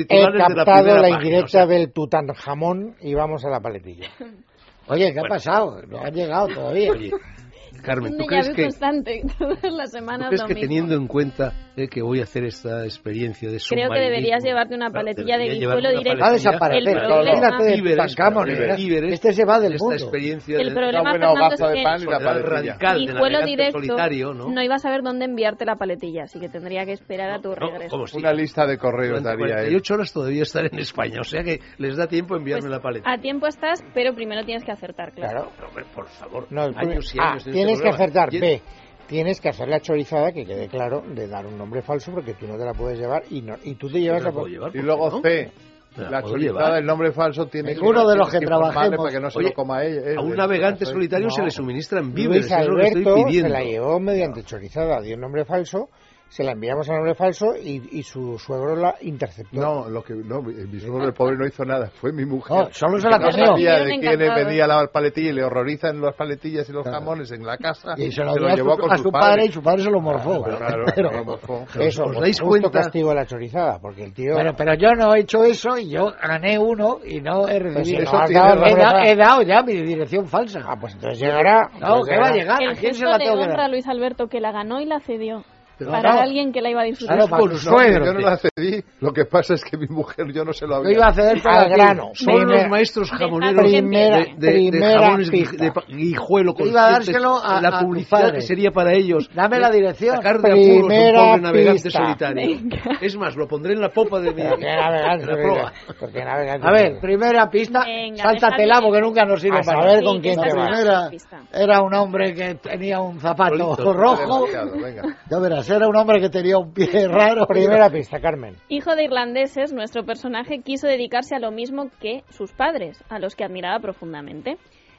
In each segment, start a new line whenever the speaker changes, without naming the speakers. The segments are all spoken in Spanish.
He
titulares de la
captado
primera
la,
página,
indirecta
o sea,
del Tutanjamón y vamos a la paletilla. Oye, ¿qué ha
Bueno.
pasado? No ha llegado todavía.
Oye, Carmen,
un
¿tú
déjà
crees
vu
que,
constante todas las
¿tú
semanas
crees
lo
que
mismo.
teniendo en cuenta eh, que voy a hacer esta experiencia de
Creo que deberías llevarte una
Claro,
paletilla de
debería llevarme
guijuelo
una
directo.
Va a
paletilla.
desaparecer,
El problema-
olvídate de
Víveres,
Tutankamón,
víveres,
¿eh?
víveres,
Este se va del
esta
mundo.
experiencia
El
de
problema,
Una buena
Fernando,
hogaza
es
de pan y
que
la
soledad
paletilla.
radical, de
guijuelo
navegante
directo
solitario, ¿no?
iba a saber dónde enviarte la paletilla, así que tendría que esperar a tu
No,
regreso. Pues
¿cómo sí?
Pues Una lista de correos
Durante
daría él.
48 horas todavía estar en España, o sea que les da tiempo enviarme
Pues, ah,
la paleta.
a tiempo estás, pero primero tienes que acertar, claro.
Claro.
No, hombre, por favor,
No, el primer-
años y
Ah,
años de este
tienes que
programa.
acertar.
Y-
B. Tienes que hacer la chorizada, que quede claro, de dar un nombre falso porque tú no te la puedes llevar y, no, y tú te
Yo
llevas
la
la.
puedo llevar,
Y
¿por
luego
qué no?
C.
Me la
La
puedo
chuletada,
llevar.
el nombre falso tiene
Ninguno de los que
informarle
trabajemos.
para que no se
Oye,
lo coma ella.
A un navegante solitario
No.
se le suministran víveres,
Luis
es lo que estoy
Alberto se
pidiendo.
la llevó mediante chorizada, dio un nombre falso, se la enviamos a nombre falso y, y su suegro la interceptó.
No, lo que, no, mi suegro el pobre no hizo nada, fue mi mujer.
No, solo se la
Que no
comió.
sabía de
Estuvieron
quién
encantados.
venía la paletilla y le horrorizan las paletillas y los jamones en la casa.
Y se lo
se
dio
lo
a
llevó
su,
con
a
sus
su padre.
padres.
y su padre se lo morfó.
Claro, claro,
pero,
lo morfó.
Eso,
¿Os dais
justo
cuenta?
castigo a la chorizada, porque el tío...
Bueno, pero yo no he hecho eso y yo gané uno y no he
Pues si
recibido.
eso
no has
tiene
dado el
he,
nombre
da-
falso-
he dado ya mi dirección falsa.
Ah, pues entonces llegará.
No,
entonces
que va a
llegará.
Ah,
llegar. ¿A
El
quién se
gesto
la
de
tengo que
honra a
dar?
Luis Alberto, que la ganó y la cedió.
Pero
para
no.
alguien que la iba a disfrutar.
Claro,
Con
para tu
suegro.
suegro.
Yo no la cedí, lo que pasa es que mi mujer yo no se lo
Yo
había.
iba a ceder para
Al
ti.
grano.
Son
Primera-
los maestros
Dejad que
jamoneros
primera-
de, de- de
primera
jamones gui-
pista.
de pa- guijuelo
Yo iba a
conscientes.
dárselo a- a
la
tu
publicidad
padre.
que sería para ellos. Eh,
Dame la dirección.
Sacar de apuros a un
Primera
pobre navegante
pista.
solitario. Es más, lo pondré en la popa de mi
Pero qué navegante,
de la proa.
pero qué navegante.
A ver, primera pista,
Venga,
sáltatela
déjame.
porque nunca nos sirve
A
para
saber
nada.
con quién
La
te
esa es
vas.
la
primera
pista.
era un hombre que tenía un zapato
Solito.
rojo.
Demasiado, venga.
Ya verás, era un hombre que tenía un pie raro.
Primera pista, Carmen.
Hijo de irlandeses, nuestro personaje quiso dedicarse a lo mismo que sus padres, a los que admiraba profundamente.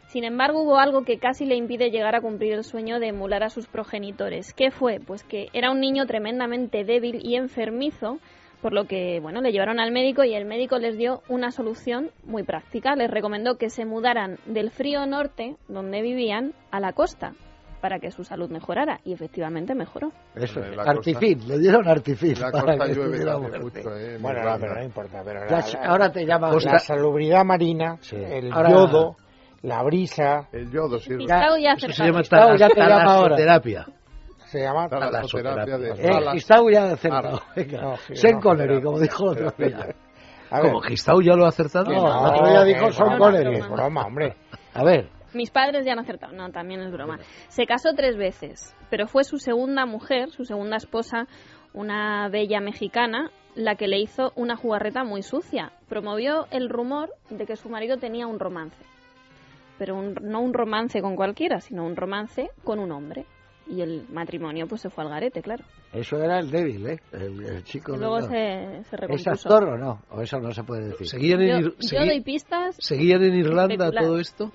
Sin embargo, hubo algo que casi le impide llegar a cumplir el sueño de emular a sus progenitores. ¿Qué fue? Pues que era un niño tremendamente débil y enfermizo, por lo que, bueno, le llevaron al médico y el médico les dio una solución muy práctica. Les recomendó que se mudaran del frío norte, donde vivían, a la costa, para que su salud mejorara. Y efectivamente mejoró.
Eso,
En la
artifil, le dieron artifil.
La
para
costa
que
llueve
estuviera
hace
fuerte.
mucho, eh, en
Bueno, no,
Irlanda.
pero no importa. Pero la,
La- ahora te llama
la salubridad marina,
Sí.
el
Ahora-
yodo, la brisa,
El yodo sirve.
Pistado y
Eso se
acertado.
llama
Gustavo, ya
talas-
te llama ahora.
talasoterapia.
se llama...
Está la soterapia de
Eh,
Eh,
Salas.
Gistau ya ha acertado.
Ahora.
Venga.
No, sí,
Sean
no,
Connery,
espera,
como dijo el otro
espera,
día.
A ver,
Como Gistau ya lo ha acertado.
que
No, el otro día dijo
que es
Sean
broma,
Connery.
que Es broma, hombre.
A ver,
Mis padres ya han acertado. No, también es broma. Se casó tres veces, pero fue su segunda mujer, su segunda esposa, una bella mexicana, la que le hizo una jugarreta muy sucia. Promovió el rumor de que su marido tenía un romance. Pero un- no un romance con cualquiera, sino un romance con un hombre. Y el matrimonio pues se fue al garete, claro.
eso era el débil, ¿eh? El, el chico.
Luego
no.
se, se
¿Es
recompuso.
actor o no? O eso no se puede decir.
¿Seguían en,
Yo,
Ir-
yo
segui-
doy pistas,
¿Seguían en Irlanda
Especular.
todo esto?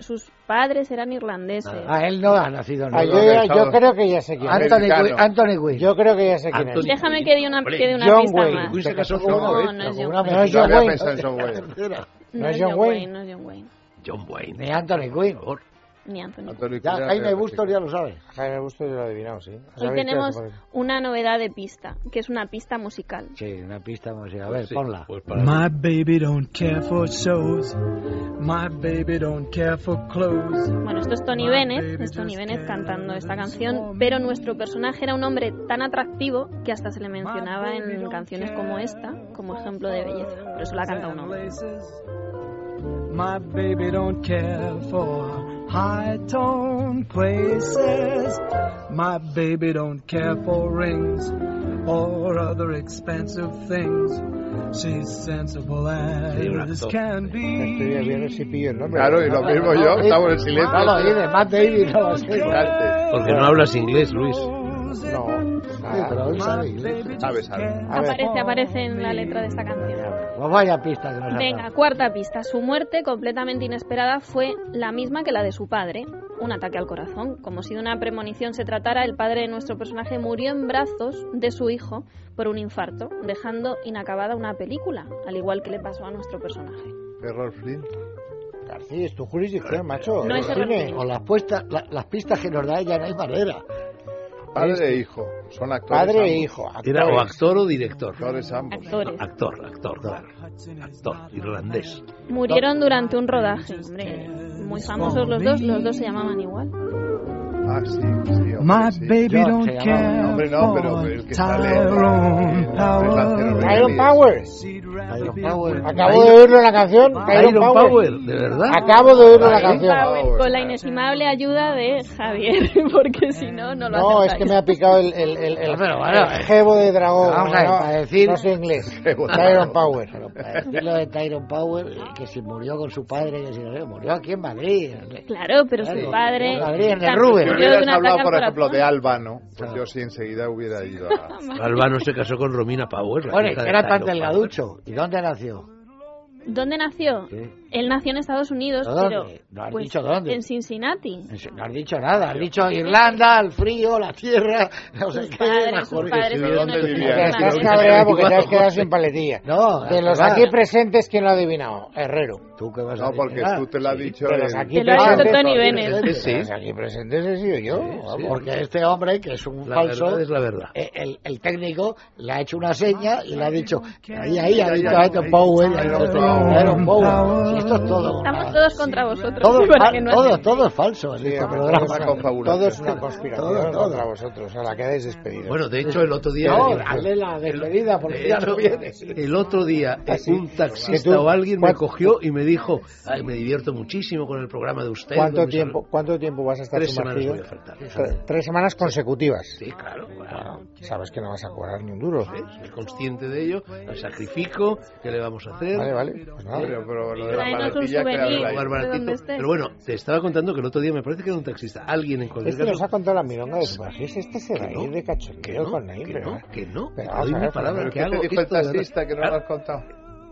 sus padres eran irlandeses.
Ah, él no ha nacido en
Ah, yo,
no,
Irlanda.
ya-
estaba-
yo creo que ya sé quién es.
Anthony,
americano.
Qui- Anthony Quinn.
Yo creo que ya sé quién es.
Anthony-
Déjame que dé una,
Hombre,
que dé una
John
pista
Wayne.
más.
Quinn se casó
No,
con una
no,
vez,
no
¿no?
es
Con
John
una-
Wayne.
No es
Yo
John
había
Wayne.
pensado en John Wayne.
No es John Wayne, no es John Wayne,
John Wayne,
Ni Anthony Quinn.
por favor.
ni Anthony.
Antonio
Ya,
Cuñado,
Jaime
era
Bustos ya lo sabe.
Jaime Busto yo lo he adivinado, sí.
Hoy
¿Sabéis qué
tenemos
hace por aquí?
una novedad de pista, que es una pista musical.
Sí, una pista musical. A ver,
Sí,
ponla.
pues para-
My baby don't care for shows. My baby don't care for clothes.
Bueno, esto es Tony Bennett, es Tony Bennett cantando esta canción, pero nuestro personaje era un hombre tan atractivo que hasta se le mencionaba en canciones como esta, como ejemplo de belleza, pero eso la canta un hombre.
My baby don't care for high tone places. My baby don't care for rings or other expensive things. She's sensible as can
Estoy viendo
be.
si pillo el nombre.
Claro, y lo mismo yo, estaba en silencio.
No lo oye, Matt Davis no lo sé.
Gigante.
Porque no hablas inglés, Luis.
No,
Sí, pero
nada.
él sabe ¿eh? inglés.
Sabe, sabe.
A ver,
Aparece, aparece en la letra de esta canción.
Pues vaya pista que nos ha
Venga,
dado.
cuarta pista. Su muerte, completamente inesperada, fue la misma que la de su padre. Un ataque al corazón. Como si de una premonición se tratara, el padre de nuestro personaje murió en brazos de su hijo por un infarto, dejando inacabada una película, al igual que le pasó a nuestro personaje.
Error Flynn.
Sí, es tu jurisdicción, macho.
No es
Dime.
error mío.
Pues Con las, puestas, la- las pistas que nos da ella no hay manera.
Padre e hijo. Son actores.
Padre e
ambos.
hijo.
Era o
actores.
actor o director.
Actores ambos.
Actores.
Actor, actor, claro. Actor, irlandés.
Murieron durante un rodaje, hombre. Muy famosos los dos, los dos se llamaban igual.
Ah, sí, sí. hombre,
My
sí.
baby
Yo,
don't
se
No,
llamaba-
care
hombre, no, pero el
for
que sale. eh,
Tyrone
el
Power.
delantero
Iron
Benítez.
Power.
She'd rather
Iron
be
Power.
Acabo de oírlo en la canción. Iron
Iron
Power.
Power, de verdad.
Acabo de oírlo en la
Iron
canción.
Power.
Con la inestimable ayuda de Javier, porque si no, no lo
No, es
acertáis.
que me ha picado el, el, el, el-
No, pero bueno,
el jebo de dragón.
Vamos a ver,
no,
para decir-
no sé inglés.
Jebo de
Iron Power.
Para decir lo de Tyrone Power, eh, que si murió con su padre, que si no sé, murió aquí en Madrid. no sé.
Claro, pero
Claro,
su padre.
en Madrid, en el
también
Rubén.
murió
Si
de
hubieras
un ataque
hablado,
al
por ejemplo,
corazón.
de Albano, pues yo sí enseguida hubiera ido a.
Albano se casó con Romina Power. la
Bueno,
hija de
era
Tyler
tan delgaducho. ¿Y dónde nació?
¿Dónde nació?
Sí.
Él nació en Estados Unidos,
¿Dónde?
pero. pues,
No has dicho dónde.
En Cincinnati.
No has dicho nada, has dicho Irlanda, el frío, la tierra, no sé
Sus
qué,
padres,
las
sus
jornadas.
padres
sí,
tuvieron
¿dónde
una
vivía?
relación
Estás
amable.
cabreado porque te has quedado sin paletilla.
No,
De los
¿verdad?
aquí presentes, ¿quién lo ha adivinado? Herrero.
¿Tú qué vas a
No,
Ah,
porque
adivinar?
tú te lo has dicho.
Pero
el-
aquí
Te lo ha
presentes.
dicho Tony Bennett.
Power.
De los
Sí,
aquí presentes he sido yo.
sí.
vamos.
Porque este hombre, que es un
"Ah, la
falso,
verdad es la verdad.
eh, el, el técnico le ha hecho una seña y le ha dicho, ahí, ahí,
Ya,
ha dicho
ya,
Iron
ahí.
Powell, este y ha
Iron
dicho
Powell.
Iron Powell. Si esto es todo. una-
Estamos todos contra vosotros.
todo, es
para
ah,
fal-
que no
todo,
haya-
todo es falso en
Sí,
este
hombre,
programa.
todo es una-
confabulación.
Todo es una conspiración
Todo, todo.
contra vosotros. A la que habéis despedido.
Bueno, de hecho, el otro día.
Eh, No,
el-
dale la despedida porque
de
ya
hecho,
no viene.
El otro día, eh,
Así.
un taxista
Que tú-
o alguien me
¿cuánto-
cogió y me dijo: Ay, me divierto muchísimo con el programa de usted.
¿Cuánto
con mis
tiempo,
amigos".
¿Cuánto tiempo vas a estar
Tres semanas
sumergido?
voy a faltar.
Tre- Tres semanas consecutivas. Ah,
Sí, claro, claro.
Sabes que no vas a cobrar ni un duro.
¿eh? Soy consciente de ello, me sacrifico, ¿qué le vamos a hacer?
Vale, vale. Pues nada.
Pero, pero lo de la
Tráenos un
maletilla que
souvenir.
Jugar
habla ahí.
baratito.
donde estés.
Pero bueno, te estaba contando que el otro día me parece que era un taxista, alguien en cualquier
Este nos
caso.
ha contado la milonga de Supergis. Este se va a
que no,
ir de
que
cachondeo
no,
con Naim,
que
pero-
no, que no,
Pero
te
vamos
doy
a
mi
ver,
palabra
¿Pero
que
¿Qué
hago
te dijo el
esto de verdad.
Este
Ah,
taxista que no lo has contado?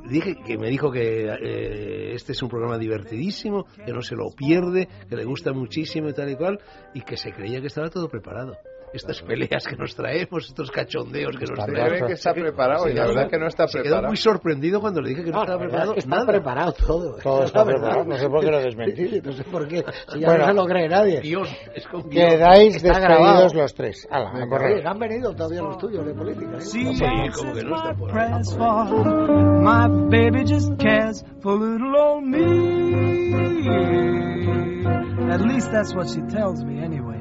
Dije que me dijo que eh, este es un programa divertidísimo, que no se lo pierde, que le gusta muchísimo y tal y cual, y que se creía que estaba todo preparado. Estas peleas que nos traemos, estos cachondeos que nos
Está
Se
traemos.
ve que está preparado y la verdad es que no está
Se quedó
preparado.
muy sorprendido cuando le dije que no,
No, la
estaba
verdad
preparado.
es que está
nada.
preparado todo.
Todo está preparado. No sé por qué lo desmentís.
No sé por qué. Si ya
Bueno.
no se lo cree nadie.
Dios, es con Dios.
Quedáis
Está
despedidos
grabado.
los tres. Ala, a
Oye,
correr.
han venido todavía los tuyos de política. ¿eh?
See,
No sé,
that's
como que no
what
está por ahí.
prayers for. My baby just cares for little old me. At least that's what she tells me anyway.